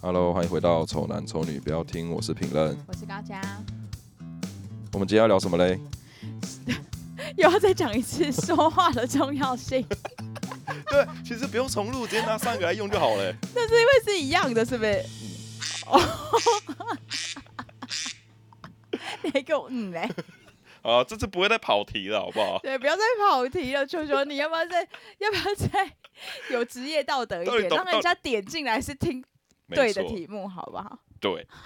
Hello，欢迎回到《丑男丑女》，不要听，我是评论。我是高嘉，我们今天要聊什么嘞？ 又要再讲一次说话的重要 性，对，其实不用重录，直接拿上一个来用就好了。 那是因为是一样的，是不 是？哦你还给我嗯嘞？啊，这次不会再跑题了，好不好？ 对，不要再跑题了，球球，你要不要再 要不要再有职业道德一到底点，懂让人家点进来是听没对的错题目，好不好？对。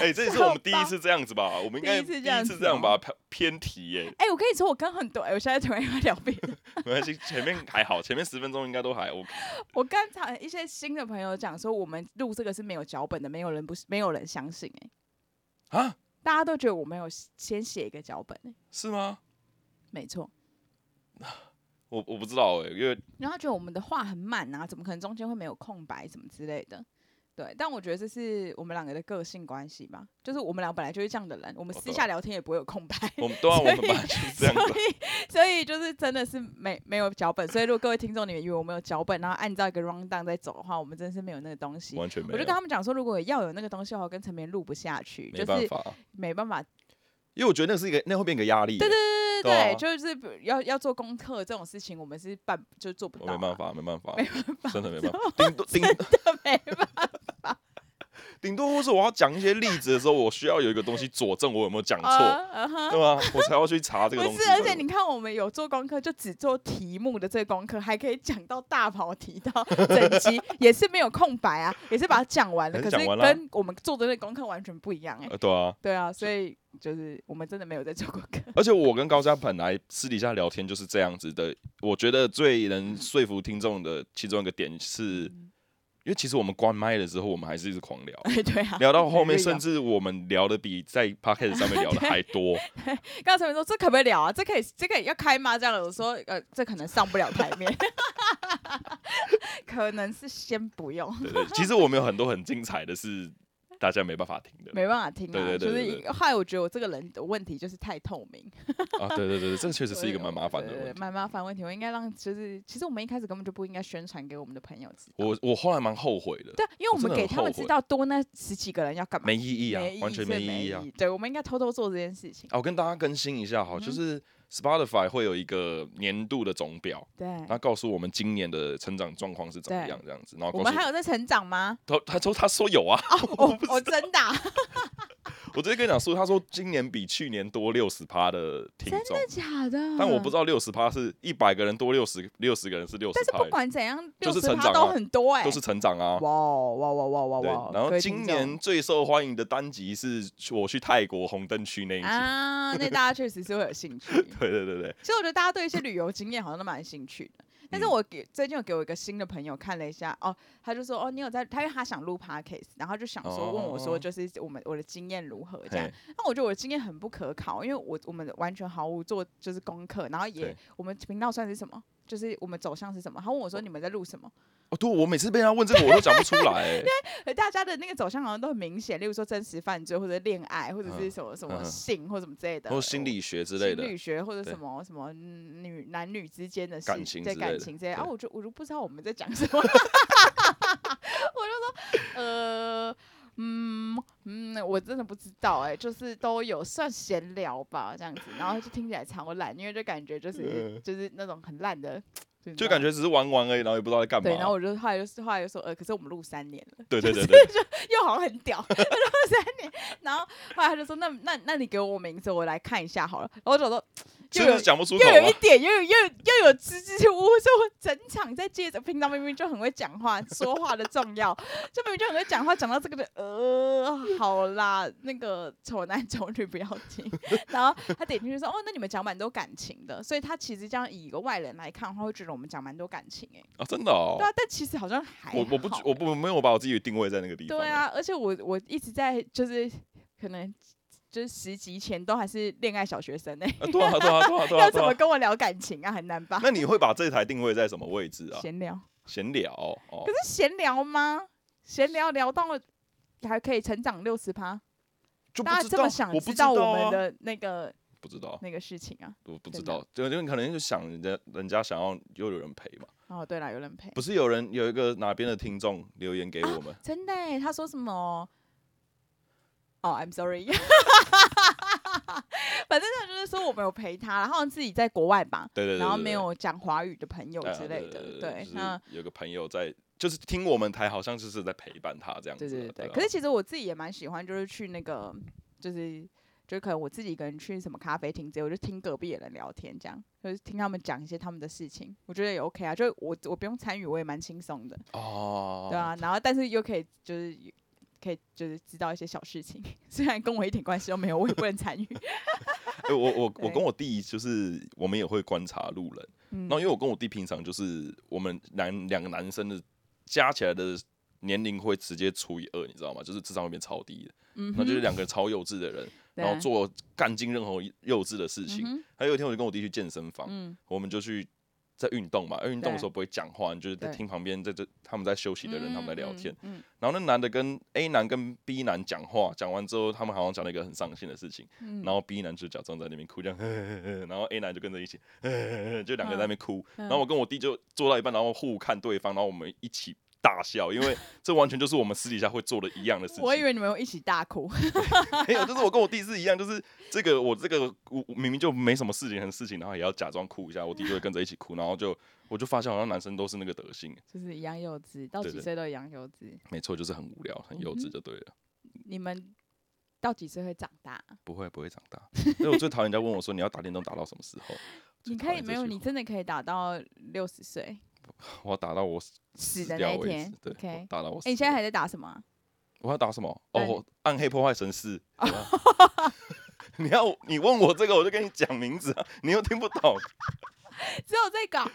哎、这也是我们第一次这样子 吧？我们应该第一次这第样一子哦次这样吧？偏偏题耶，哎、我跟你说，我跟很多，哎、我现在突然要聊别的，没关系，前面还好，前面十分钟应该都还 OK。我刚才一些新的朋友讲说，我们录这个是没有脚本的，没有人不是没有人相信、哎，啊，大家都觉得我没有先写一个脚本、哎，是吗？没错。我我不知道哎、因为然后觉得我们的话很满啊，怎么可能中间会没有空白什么之类的？对，但我觉得这是我们两个的个性关系吧，就是我们俩本来就是这样的人，我们哦私对下聊天也不会有空白，我们都啊让我所以们班就是所这样子。啊以所以就是真的是没没有脚本，所以如果各位听众你们以为我们有脚本，然后按照一个 round down 在走的话，我们真是没有那个东西。完全没 我就有跟，他们讲说，如果要有那个东西的话，我跟陈明录不下去，没就办是法、没办法。因为我觉得那是一个，那会变一个压力。对对对对对啊对，就是不要要做功课这种事情，我们是办就做不我到、没办，法，没办法，真的没办法。顶多顶 没办法。顶多或是我要讲一些例子的时候，我需要有一个东西佐证我有没有讲错，啊嗯哼 对吧？我才要去查这个不东西。是，而且你看，我们有做功课，就只做题目的这个功课，还可以讲到大跑题到整集， 也是没有空白啊，也是把它讲完了。还可是是讲完了啊跟我们做的那功课完全不一样哎、呃，对啊，对啊，所以就是我们真的没有在做功课。。而且我跟高嘉本来私底下聊天就是这样子的。我觉得最能说服听众的其中一个点是，因为其实我们关麦的时候，我们还是一直狂聊哎， 对啊，聊到后很面，累啊甚至我们聊的比在 podcast 上面聊的还多。刚才我们说这可不可以聊啊？这可以，这可以要开吗？这样我说，呃，这可能上不了台面， 可能是先不用，对对，其实我们有很多很精彩的是大家没办法听的没办法听啊。对对对对就是后来我觉得我这个人的问题就是太透明。啊。对对对对，这个确实是一个蛮麻烦的对对问对题。蛮麻烦的问题，我应该让就是，其实我们一开始根本就不应该宣传给我们的朋友知道。我我后来蛮后悔的，对啊，因为我我们真的给很他们后知悔道多那十几个人要干嘛，没意义啊没，完全真的没没意义啊。。对，我们应该偷偷做这件事情。啊，我跟大家更新一下哈，就嗯是 Spotify 会有一个年度的总表，对，它告诉我们今年的成长状况是怎么对样这样子，然后我告们诉还有在成长 吗？他他说他说有啊， 哦，我真的啊， 我直接跟你讲说，他说今年比去年多六十趴的听真众的，假的？但我不知道六十趴是一百个人多六十六十个人是六十但是趴不，管怎样，就是60成趴长都啊很多哎。都是成长啊。哇哦哇哇哇哇对哇！，然各后位今听众年最受欢迎的单集是我去泰国红灯区那一集。啊，那大家确实是会有兴趣。 对对对对，其实我觉得大家对一些旅游经验好像都蛮兴趣的。但是嗯我给最近有给我一个新的朋友看了一下，哦，他就说哦，你有在，他因为他想录 podcast，然后他就想说问我哦说，就是我们我的经验如何这样嘿。那我觉得我的经验很不可靠，因为我我们完全毫无做就是功课，然后也对我们频道算是什么，就是我们走向是什么。他问我说你们在录什么？哦，对我每次被他问这个我都讲不出来、 欸可大家的那个走向好像都很明显，例如说真实犯罪或者恋爱或者是嗯什么什嗯么嗯性或什么之类的，或心我理学之类的心。理学或者对什么什么嗯女男女之间的事感情对之类感的情之类的，啊，对我就我就不知道我们在讲什么，我就 说呃。嗯嗯，我真的不知道哎、就是都有算闲聊吧，这样子，然后就听起来超烂，因为就感觉就是、嗯就是那种很烂的，你知就道感觉只是玩玩而已，然后也不知道在干嘛。对，然后我就后来就是后来就说，呃，可是我们录三年了，对对对 就对是就又好像很屌， 录三年，然后后来他就说，那那那你给我名字，我来看一下好了，然后我就说，真又有的讲不出口又有一啊。点，又有又有又有支支吾吾，所以我整场在接着平常明明就很会讲话，说话的重要， 就明明就很会讲话，讲到这个就呃，好啦，那个丑男丑女不要听。 然后他点进去说，哦，那你们讲蛮多感情的，所以他其实这样以一个外人来看的话，会觉得我们讲蛮多感情哎、啊，真的哦对。啊，但其实好像还我我不好欸我不我没有把我自己定位在那个地方。对，啊，而且我我一直在就是可能就是十集前都还是恋爱小学生 哎、啊对啊对啊对啊对 啊要怎对么啊。跟我聊感情啊？很难吧？那你会把这台定位在什么位置啊？闲聊。闲聊哦可，是闲聊吗？闲聊聊到还可以成长六十趴，就不大家知这么道，想我不知道道我们啊。的那个不知道，那个事情啊。我不真知的道，就因为可能就想人家人家想要又有人陪嘛。哦，对了，有人陪，不是有人有一个哪边的听众留言啊给我们，真的耶，他说什么？哦、i m sorry，反正他就是说我没有陪他，然后自己在国外吧，对对对然后对没对有讲华语的朋友对啊之对类的，对对，那。，就是有个朋友在，就是听我们台，好像就是在陪伴他这样子对啊。对对，啊可是其实我自己也蛮喜欢，就是去那个，就是就可能我自己一个人去什么咖啡厅之类，我就听隔壁的人聊天，这样就是听他们讲一些他们的事情，我觉得也 OK 啊，就我我不用参与，我也蛮轻松的，哦，对啊，然后但是又可以就是。可以就是知道一些小事情， 虽然跟我一点关系都没有，我也不能参与。 哎，我我对我跟我弟就是我们也会观察路人，嗯然后因为我跟我弟平常就是我们男两个男生的加起来的年龄会直接除以二，你知道吗？就是智商会变超低的，嗯那哼，就是两个超幼稚的人，对啊然后做干尽任何幼稚的事情。嗯哼还有一天我就跟我弟去健身房，嗯我们就去在运动嘛，而运动的时候不会讲话，你就是在对听旁边在这他们在休息的人他们在聊天。，嗯嗯嗯然后那男的跟 A 男跟 B 男讲话，讲完之后他们好像讲了一个很伤心的事情，嗯然后 B 男就假装在那边哭，这样呵呵呵，然后 A 男就跟着一起呵呵呵，就两个在那边哭。嗯然后我跟我弟就坐到一半，然后互看对方，然后我们一起。大笑，因为这完全就是我们私底下会做的一样的事情。我以为你们有一起大哭， 没有，就是我跟我弟是一样，就是这个我这个我我明明就没什么事情很事情，然后也要假装哭一下，我弟就会跟着一起哭，然后就我就发现好像男生都是那个德性，就是一样幼稚，到对几对岁都一样幼稚。没错，就是很无聊，很幼嗯稚就对了，你们到几岁会长大？不会不会长大。 所以我最讨厌人家问我说你要打电动打到什么时候？你最可讨以厌没这有，句你话真的可以打到六十岁我要打到我死死的那掉一为天止。，对 OK，我打到我死诶掉。你现在还在打什么啊？ 我要打什么？对哦，暗黑破坏神四。 有吗你要你问我这个，我就跟你讲名字啊，你又听不 懂，只有这 个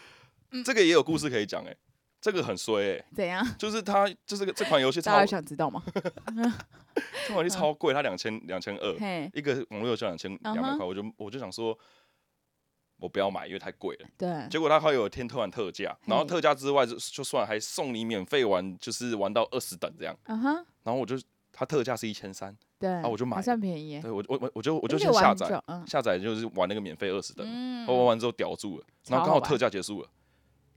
嗯这个也有故事可以讲哎、这个很衰哎、怎样？就是它就是这个这款游戏大超家想知 道吗？这款游戏超贵，它两千两千二，嘿，一个网络游戏两千嗯哼两百块，我就我就想说，我不要买，因为太贵了。对，结果它还有一天突然特价，然后嘿特价之外就就算还送你免费玩，就是玩到二十等这样。嗯哼，然后我就它特价是一千三，对，啊我就买还了算便宜耶。对我我我我就我我就先下载，嗯下载就是玩那个免费二十等，嗯我玩完之后屌住了，然超后刚好好玩特价结束了，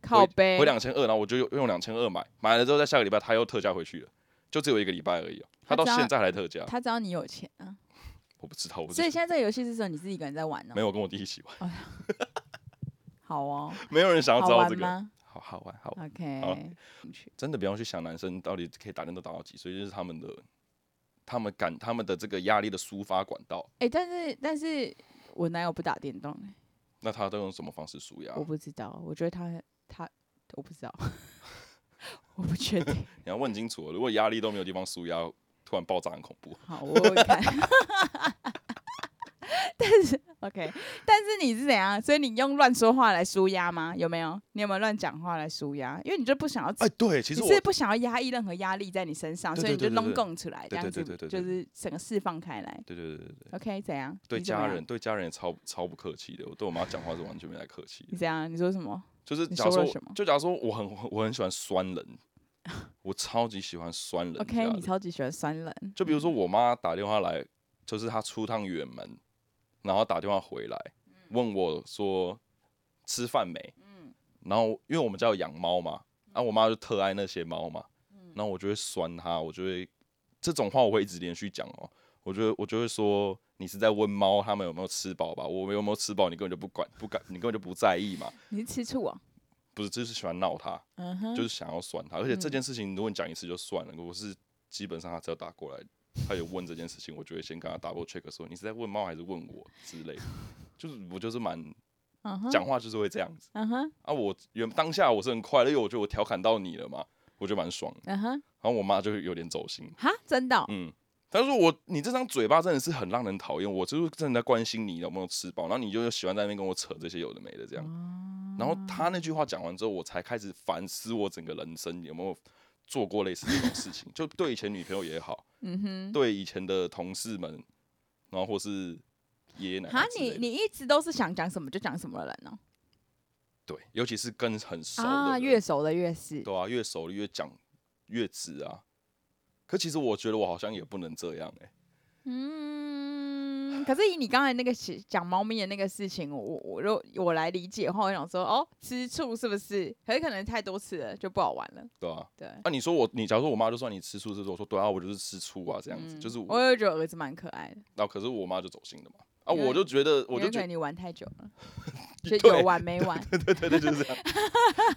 靠回背回，两千二，然后我就用两千二买，买了之后在下个礼拜它又特价回去了，就只有一个礼拜而已、哦，它它到只要现在还特价，他知道你有钱啊， 我不知道，我不知所道以现在这个游戏是只有你自己一个人在玩呢没。有我跟我弟一起玩，好哦，没有人 想要好知道玩这个，吗好好玩好玩，好？OK，进去真的不要去想男生到底可以打电动打到几岁，就是他们的他们感他们的这个压力的抒发管道，哎，但是但是我男友不打电动耶，那他都用什么方式抒压我？不知道，我觉得他他我不知 道，我不确定。 你要问清楚哦，如果压力都没有地方抒压，突然爆炸很恐怖。好，我会看。 但是 OK，但是你是怎样？所以你用乱说话来舒压吗？有没有？你有没有乱讲话来舒压？因为你就不想要，哎，对，其你实我是不想要压抑任何压力在你身上，对所以你就对对对弄对供出来，这对样对子对对对就对是整个释放开来。对对对对对， OK，怎样？对你怎么家样人，对家人也超超不客气的，我对我妈讲话是完全没来客气的你，怎样？你说什么？就是你假如说了说什么就假如说我很我很喜欢酸人，我超级喜欢酸人家 OK，的你超级喜欢酸人，就比如说我妈打电话来，就是她出趟远门，然后打电话回来问我说吃饭没？然后因为我们家有养猫嘛，啊，我妈就特爱那些猫嘛，然后我就会酸她，我就会这种话我会一直连续讲哦，我就会我就会说你是在问猫它们有没有吃饱吧？我们有没有吃饱你根本就不管不敢，你根本就不在意嘛，你是吃醋哦。不是就是喜欢闹它，嗯哼，就是想要酸他，而且这件事情如果你讲一次就算了，我是基本上他只要打过来，他有问这件事情，我就会先跟他 double check 说你是在问猫还是问我之类的，就是我就是蛮嗯哼，讲话就是会这样子嗯哼，啊。我原当下我是很快乐，因为我觉得我调侃到你了嘛，我觉得蛮爽的。嗯哼，然后我妈就有点走心，哈，真的哦，嗯，她说我你这张嘴巴真的是很让人讨厌，我就是真的在关心你有没有吃饱，然后你就喜欢在那边跟我扯这些有的没的这样。哦然后他那句话讲完之后，我才开始反思我整个人生有没有做过类似这种事情，就 对以前女朋友也好，嗯哼。对以前的同事们，然后或是爷爷奶奶哈，啊之类你的你一直都是想讲什么就讲什么的人哦、对，尤其是跟很熟的啊，人越熟的越是。对啊，越熟的越讲越直欸啊。可其实我觉得我好像也不能这样哎、嗯，嗯，可是以你刚才那个写讲猫咪的那个事情，我我我如果我来理解的话，我想说哦，吃醋是不是？可是可能太多次了就不好玩了，对啊。对。那、你说我，你假如说我妈就说你吃醋是不是？我说对啊，我就是吃醋啊，这样子，嗯就是我我。也觉得我儿子蛮可爱的，那、可是我妈就走心了嘛。啊，因为我就觉得，我因就为可觉得 能你玩太久了，就对有完没完。 对对对，就是这 样。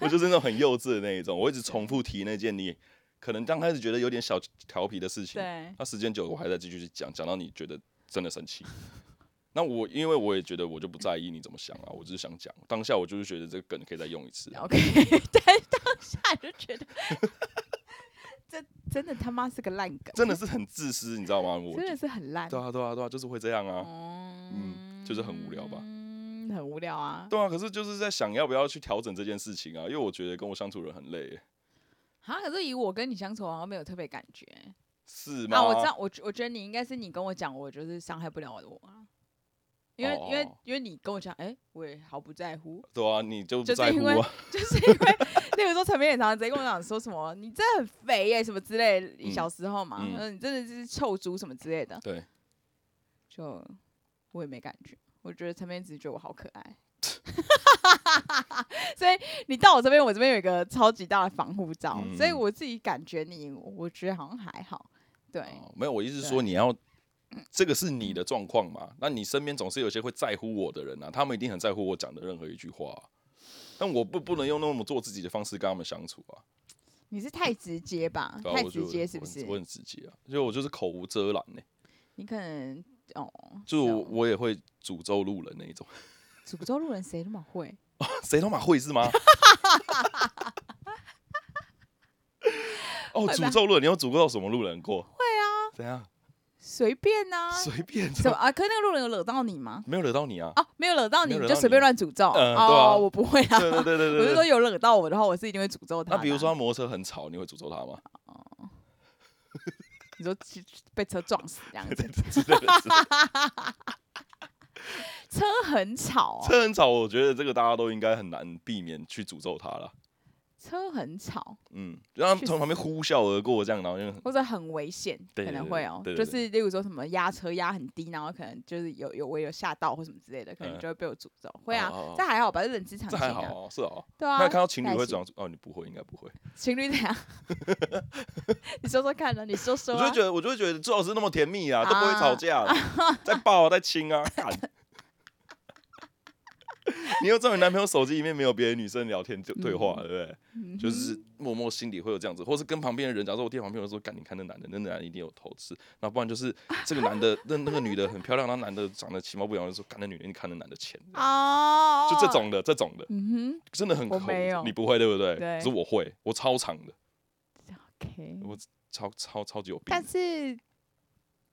我就是那种很幼稚的那一种，我一直重复提那件你可能刚开始觉得有点小调皮的事情，对，那时间久了我还在继续去讲，讲到你觉得真的生气。 那我因为我也觉得我就不在意你怎么想啊，我只是想讲，当下我就是觉得这个梗可以再用一次。 OK，在 当下就觉得 这真的他妈是个烂梗，真的是很自私，你知道吗？我真的就是很烂。对啊对啊对啊，就是会这样啊。嗯就是很无聊吧嗯，很无聊啊。对啊，可是就是在想要不要去调整这件事情啊，因为我觉得跟我相处的人很累耶，啊，可是以我跟你相处好像没有特别感觉是吗？啊。我知道，我觉我觉得你应该是你跟我讲，我就是伤害不了我啊。因为、因为哦因为你跟我讲，哎、我也毫不在乎，对啊，你就就不是在因乎为啊， 就是因为，例如说陈明也常常直接跟我讲说什么“你真的很肥耶、什么之类的，嗯小时候嘛，嗯嗯，你真的是臭猪什么之类的，对，就我也没感觉。我觉得陈明只是觉得我好可爱， 所以你到我这边，我这边有一个超级大的防护罩，所以嗯我自己感觉你，我觉得好像还好，对，哦没有，我意思是对嗯说你要，这个是你的状况嘛？那你身边总是有些会在乎我的人啊，他们一定很在乎我讲的任何一句话啊、但我不不能用那么做自己的方式跟他们相处啊，你是太直接吧， 对啊，太我直就接是不我很是我？很直接啊，因为我就是口无遮拦呢、你可能哦，就是是哦我我也会诅咒路人那一种，诅咒路人谁那么会？谁他妈会 是吗？哦，会吧诅咒路人，你有诅咒到什么路人过？会啊，怎样？随便呐、随便，什么啊？可是那个路人有惹到你吗？ 没有惹到你啊？哦，没有惹到你，没有你惹就到随便你乱诅咒。嗯对啊哦， 我不会啊。对 对对对对我对是说有惹到我的话，我是一定会诅咒他的那啊。比如说他摩托车很吵，你会诅咒他吗？你说骑被车撞死这样子，之类的之类的 车很吵哦，车很吵，我觉得这个大家都应该很难避免去诅咒他了。车很吵，嗯，就让他们从旁边呼啸而过这样，然后就很或者很危险，对可能对会对哦。对就对是例如说什么压车压很低，然后可能就是有有我有吓到或什么之类的，可能嗯就会被我诅咒。会啊哦哦哦，这还好吧，这人之常这情还好啊。哦，是哦。对啊，那看到情侣耐会心怎样？哦，你不会，应该不会。情侣怎样？ 你说说看呢？你说说我啊。就会觉得，我就会觉得最好是那么甜蜜啊，啊都不会吵架， 再抱啊再亲啊。干 你又知道你男朋友手机里面没有别的女生聊天对对话，对不对？嗯就是默默心里会有这样子，或是跟旁边的人，假如说我电旁边有人说，干，你看那男的，那男的一定有偷吃，那不 然就是这个男的，那那个女的很漂亮，那男的长得其貌不扬，就说干那女的，你看那男的钱，哦，就这。种的，这种的，嗯真的很我恐没有怖。你不会对不对？对可是我会，我超长的，哼，OK。超超超级有病但的，是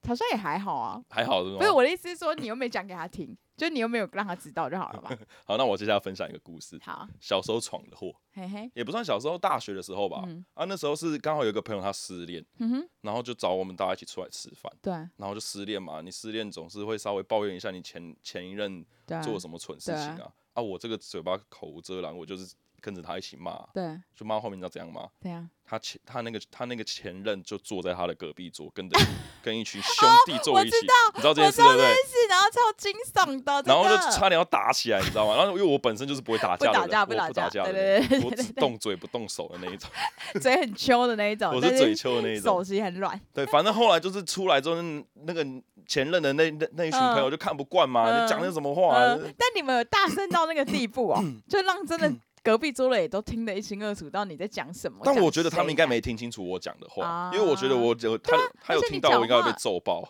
好像也还好啊。还好是吗不是？我的意思是说，你又没讲给他听，就你又没有让他知道就好了 吧？好，那我接下来分享一个故事，好，小时候闯的祸，嘿嘿，也不算小时候，大学的时候吧。嗯啊，那时候是刚好有一个朋友他失恋，嗯哼，然后就找我们大家一起出来吃饭。对啊然后就失恋嘛，你失恋总是会稍微抱怨一下你前前一任对啊，做了什么蠢事情对啊。啊，我这个嘴巴口无遮拦，我就是跟着他一起骂，对，啊就骂后面你知道怎样吗？对啊，他前他那个他那个前任就坐在他的隔壁桌，跟 着跟一群兄弟坐一起，你知道这件事对不对？是，然后超惊悚的，然后就真的差点要打起来，你知道吗？然后因为我本身就是不会打不架的打人，架我不不打架架对的对对对人，我只动嘴不动手的那一种， 嘴很秋的那一种，我但是嘴臭的那一种手。心很软，对，反正后来就是出来之后，那那个前任的那那那一群朋友就看不惯嘛，嗯你讲那什么话啊？嗯，但你们有大声到那个地步 哦，就让真的隔壁桌的也都听得一清二楚，到底你在讲什么。但讲我觉得他们应该谁没听清楚我讲的啊话，因为我觉得我有他有他有而且你听到我应该会讲被话揍爆，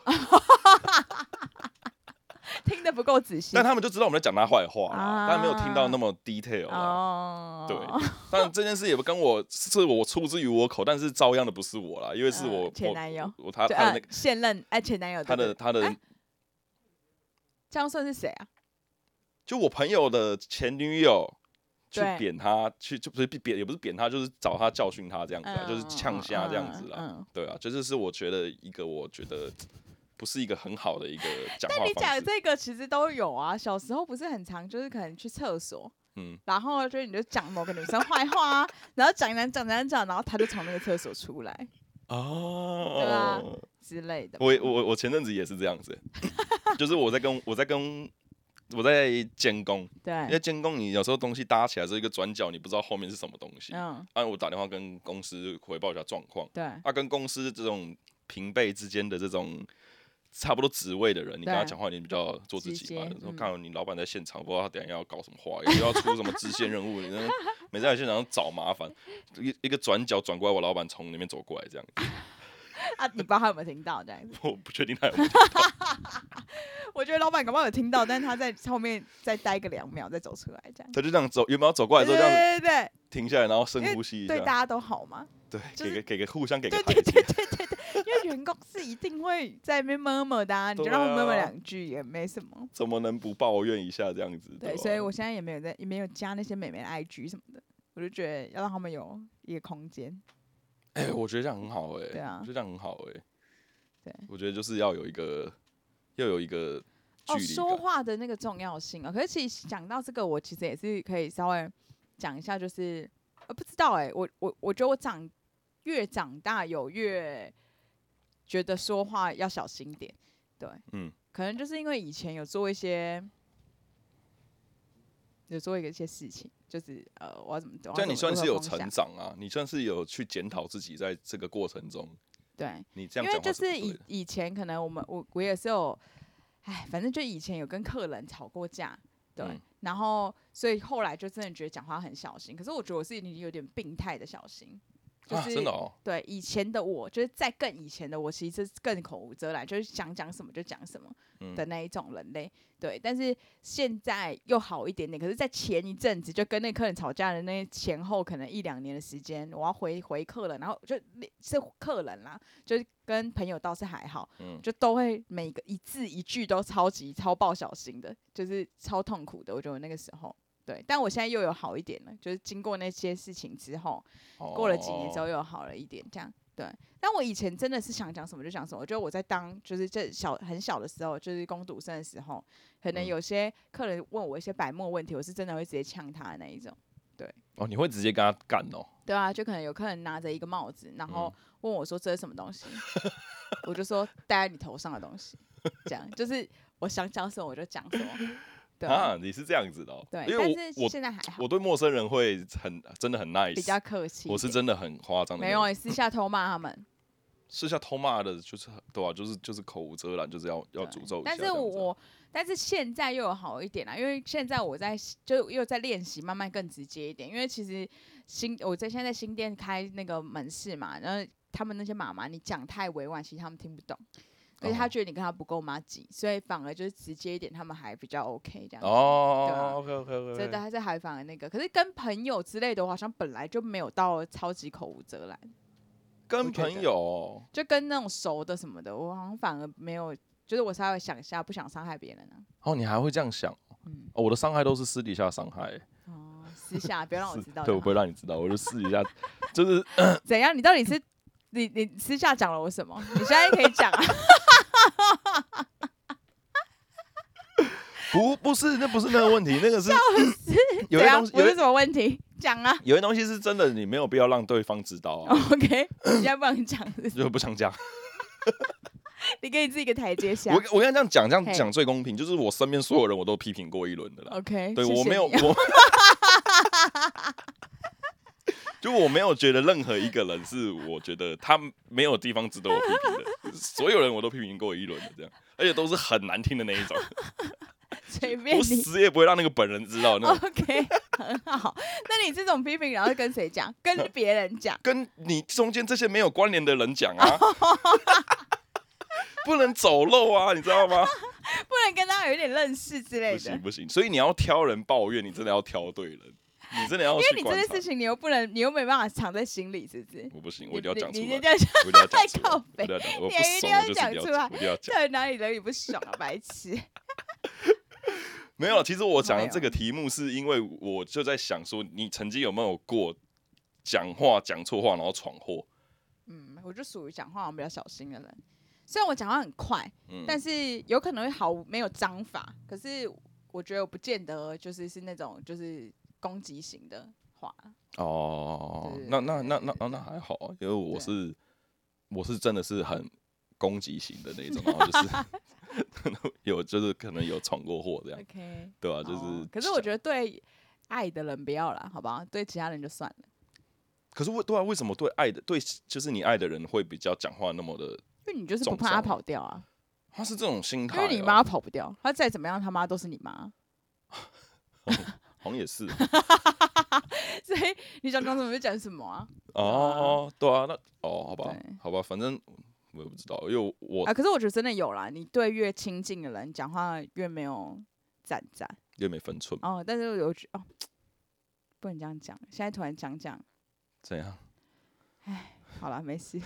啊听得不够仔细但。他们就知道我们在讲他坏话啊啦，但没有听到那么 detail 啦。哦，对，但这件事也不跟我是我出自于我口，但是遭殃的不是我啦，因为是嗯我前我男友我他就他的那呃个现任哎前男友，他对对的对他的哎这样算是谁啊？就我朋友的前女友去对扁他，去就不是扁也不是扁他，就是找他教训他这样子啦，嗯就是呛虾这样子啦。嗯嗯嗯对啊，这就是我觉得一个我觉得不是一个很好的一个讲话但你方讲式。这个其实都有啊，小时候不是很常，就是可能去厕所，嗯，然后就是你就讲某个女生坏话啊，然后讲讲讲讲讲，然后她就从那个厕所出来，哦，啊之类的吧。我我我前阵子也是这样子， 就是我在跟我在跟我在监工，因为对，监工你有时候东西搭起来是一个转角，你不知道后面是什么东西。嗯，啊，我打电话跟公司回报一下状况，对，啊，跟公司这种平辈之间的这种差不多职位的人，你跟他对啊讲话，你比较做自直己嘛接。然后嗯看到你老板在现场，不知道他等一下要搞什么话，又要出什么支线任务，你在那边每次在现场找麻烦，一一个转角转过来，我老板从那边走过来，这样， 啊，你不知道他有没有听到这样子？我不确定他有没有我觉得老板搞不好有听到，但是他在后面再待个两秒再走出来这样。他就这样走，原本要走过来对之后这对样对停下来，然后深呼吸一对，对大下，家都好嘛。对，就给是个给个互相给个对台对对阶，对对对， 因为员工是一定会在那边摸摸的、啊，你就对让我摸摸啊两句也没什么。怎么能不抱怨一下这样子？对，吧所以我现在也没有在，也没有加那些美眉的 IG 什么的，我就觉得要让他们有一个空间。哎，我觉得这样很好哎，对啊我觉得这样很好哎，对，我觉得就是要有一个要有一个距哦，离说感，话的那个重要性啊、可是其实讲到这个，我其实也是可以稍微讲一下，就是呃，不知道哎、我我我觉得我长越长大有越觉得说话要小心点，对，嗯，可能就是因为以前有做一些有做一个一些事情，就是呃，我要怎么我要这样你怎么算如是何有放下成长啊，你算是有去检讨自己在这个过程中，对，你这因样为讲就话是不对以的以前可能我们我我也是有，哎，反正就以前有跟客人吵过架，对，嗯然后所以后来就真的觉得讲话很小心，可是我觉得我是已经有点病态的小心，就啊，是、真的哦，对以前的我，就是在更以前的我，其实是更口无遮拦，就是想讲什么就讲什么嗯的那一种人类。对，但是现在又好一点点。可是，在前一阵子就跟那客人吵架的那前后可能一两年的时间，我要回回客人，然后就就是客人啦，就是跟朋友倒是还好，嗯就都会每个一字一句都超级超爆小心的，就是超痛苦的。我觉得那个时候。对，但我现在又有好一点了，就是经过那些事情之后，过了几年之后哦，又好了一点，这样对。但我以前真的是想讲什么就讲什么，我觉得我在当就是这小很小的时候，就是攻读生的时候，可能嗯有些客人问我一些白目问题，我是真的会直接呛他的那一种。哦，你会直接跟他干哦，对啊，就可能有客人拿着一个帽子，然后嗯问我说这是什么东西，我就说戴在你头上的东西，这样就是我想讲什么我就讲什么，对啊啊，你是这样子的哦，对。因但为是我现在还好我我，对陌生人会很真的很 nice，比较客气一点。我是真的很夸张的没那种，有，你私下偷骂他们。私下偷骂的，就是对吧、就是就是口无遮拦，就是要要对诅咒一下但这是样子啊。我，但是现在又有好一点啦，因为现在我在就又在练习，慢慢更直接一点。因为其实新我在现在在新店开那个门市嘛，然后他们那些妈妈，你讲太委婉，其实他们听不懂，而且他哦觉得你跟他不够妈吉，所以反而就是直接一点，他们还比较 OK 这样子。对啊哦，OK OK 所以 OK，大家在还反而那个，可是跟朋友之类的，我好像本来就没有到超级口无遮拦，跟我觉得朋友哦就跟那种熟的什么的，我好像反而没有，就是我稍微想一下，不想伤害别人啊。哦，你还会这样想嗯，哦？我的伤害都是私底下伤害，哦，私下不要让我是知道对就我好。不会让你知道，我就私底下 就是怎样？你到底是你你私下讲了我什么？你现在可以讲啊。不不是那不是那个问题，那个是有怎些样东？西啊我有是些什么问题？讲啊。有些东西是真的，你没有必要让对方知道啊， OK，你现在不能讲，是不是 就不想讲。你给你自己一个台阶下我。我跟他这样讲，这嘿样讲最公平，就是我身边所有人我都批评过一轮的啦。 OK，对谢我谢没有你啊我， 就我没有觉得任何一个人是我觉得他没有地方值得我批评的，所有人我都批评过一轮的这样，而且都是很难听的那一 种，随便我你。死也不会让那个本人知道那种。 OK，很好。那你这种批评，然后跟谁讲？跟 别人讲。跟你中间这些没有关联的人讲 啊，不能走漏啊，你知道吗？不能跟他有一点认识之类的。不行因不行，所以你要挑人抱怨，你真的要挑对人，你真的要为去你这观件察事。情，你又不能，你又没办法藏在心里，是不是？我不行，你我一定要你讲出你来这。样我 一定要讲出靠来，北我你一定要讲，我不一定怂，要我就是一讲定要出讲来我一定要讲。到底哪里惹你不爽啊，白痴？没有，其实我讲没的有这个题目是因为我就在想说，你曾经有没有过讲话讲错话，然后闯祸？嗯，我就属于讲话好像比较小心的人，虽然我讲话很快，嗯，但是有可能会毫无没有章法。可是我觉得我不见得就是是那种就是攻击型的话，哦对，那那那那那那还好啊，因为我对是我是真的是很攻击型的那种，然后就是 有就是可能有闯过祸这样， OK，对吧、啊就是、呃哦可是我觉得对爱的人不要啦，好吧？对其他人就算了，可是为对啊，为什么对爱的对就是你爱的人会比较讲话那么的？因为你就是不重怕他伤跑掉啊，他是这种心因态、哦，为你妈跑不掉，她再怎么样他妈都是你 妈，好像也是所以你想讲什么就讲什么啊。 哦，对啊，那哦，好吧对，好吧，反正我也不知道，因为我啊，可是我觉得真的有啦，你对越亲近的人讲话越没有赞赞又没分寸，哦，但是我觉得哦，不能这样讲，现在突然讲讲，怎样？好了，没事，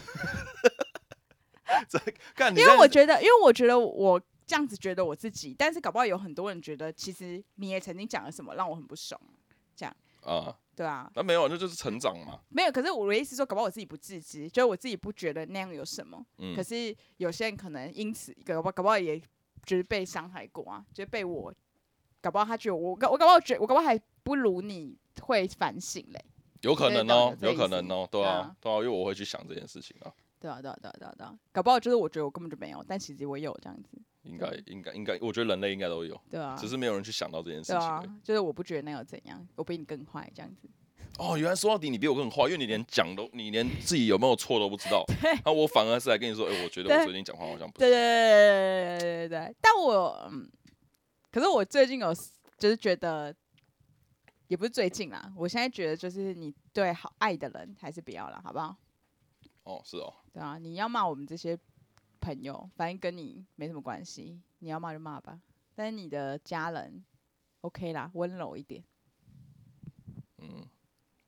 干，你因为这我觉得，因为我觉得我这样子觉得我自己，但是搞不好有很多人觉得，其实你也曾经讲了什么让我很不爽，啊，对啊，那没有，那就是成长嘛，没有，可是我的意思是说，搞不好我自己不自知，就是我自己不觉得那样有什么，嗯可，是有些人可能因此搞不好搞不好也就是被伤害过啊，就是被我搞不好他觉得我搞我搞不好觉我搞不好还不如你会反省嘞，有可能懂哦了，这有可意思能哦，对对啊啊，对啊，因为我会去想这件事情啊，对啊对啊对啊对啊对啊，搞不好就是我觉得我根本就没有，但其实我有这样子，应该应该应该，我觉得人类应该都有，对嗯啊，只是没有人去想到这件事对情而已。啊，就是我不觉得那又怎样，我比你更坏这样子，哦，原来说到底你比我更坏，因为你连讲都，你连自己有没有错都不知道对。那我反而是来跟你说，哎、我觉得对我最近讲话好像不对对对对对对对，但我嗯，可是我最近有就是觉得，也不是最近啦，我现在觉得就是你对好爱的人还是不要了，好不好？哦，是哦，对啊，你要骂我们这些朋友，反正跟你没什么关系，你要骂就骂吧。但是你的家人，OK 啦，温柔一点。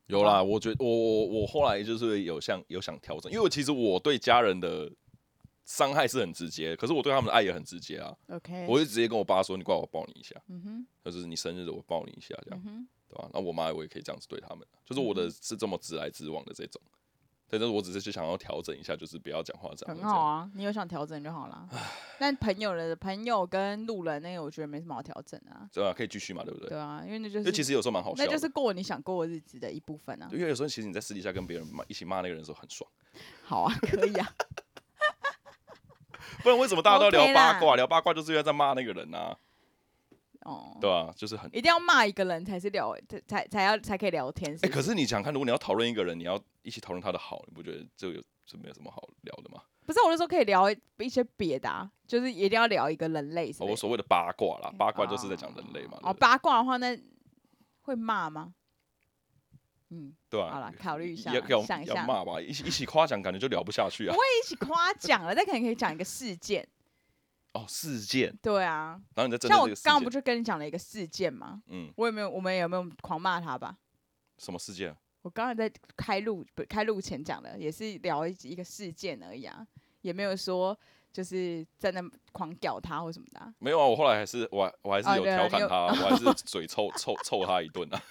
有啊啦。我觉我我我后来就是有想有想调整，因为我其实我对家人的伤害是很直接，可是我对他们的爱也很直接啊。 OK，我就直接跟我爸说，你过来我抱你一下，嗯哼，就是你生日我抱你一下这样嗯，哼，对吧、那我妈我也可以这样子对他们，就是我的是这么直来直往的这种。对，但是我只是就想要调整一下，就是不要讲话这很样。这样好啊，你有想调整就好啦。但朋友的朋友跟路人那个，我觉得没什么好调整啊。对啊，可以继续嘛，对不对？对啊，因为那就因为是其实有时候蛮好笑那的。就是过你想过的日子的一部分啊对。因为有时候其实你在私底下跟别人骂一起骂那个人的时候很爽，好啊，可以啊。 不然为什么大家都要 OK 聊八哦啦卦？聊八卦就是因为在骂那个人啊，哦，对啊吧、就是很一定要骂一个人才是聊，才才才要才可以聊天。是哎、不可是是你想看，如果你要讨论一个人，你要一起讨论他的好，你不觉得这有这没有什么好聊的吗？不是我是说可以聊一些别的、啊，就是一定要聊一个人类之哦类的。我所谓的八卦啦，八卦就是在讲人类嘛，哦，对不对八卦的话，那会骂吗？嗯，对吧、好啦考虑一下啊要要想一要下骂吧，一起一起夸奖，感觉就聊不下去啊不。一起夸奖了，但可能可以讲一个事件。哦，事件，对啊，然后你再针像对我这个事刚刚不件，就跟你讲了一个事件吗？嗯，我有没有，我们有没有狂骂他吧？什么事件？我刚才在开录不开录前讲的，也是聊一集一个事件而已啊，也没有说就是在那狂屌他或什么的啊、没有啊，我后来还是我还我还是哦有对啊调你侃有他啊，我还是 嘴臭臭臭他一顿啊。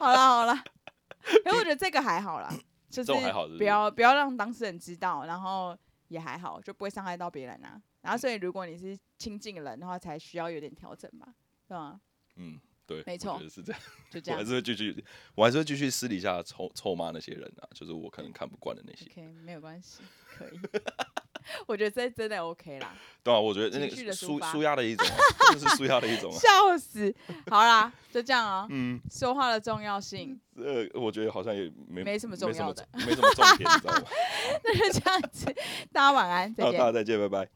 好啦好 啦，可是我觉得这个还好啦，就是这种还好是不是不要不要让当事人知道，然后也还好，就不会伤害到别人啊。然后所以如果你是亲近的人的话，才需要有点调整吧，对吧？嗯，对，没我错觉得是这样。就这我样还。是会继续，我还是会继续私底下臭臭骂那些人啊，就是我可能看不惯的那些。 OK，没有关系，可以。 我觉得这真的 OK 啦，对啊，我觉得那情绪的个抒舒发舒压的一种、啊， 真的是舒压的一种、啊。笑死。好啦，就这样啊、嗯，说话的重要性， 呃，我觉得好像也没没什么重要的，没什么重没什么重点，你知道吗？ 那就这样子，大家晚安，再好，见大。家再见，拜拜。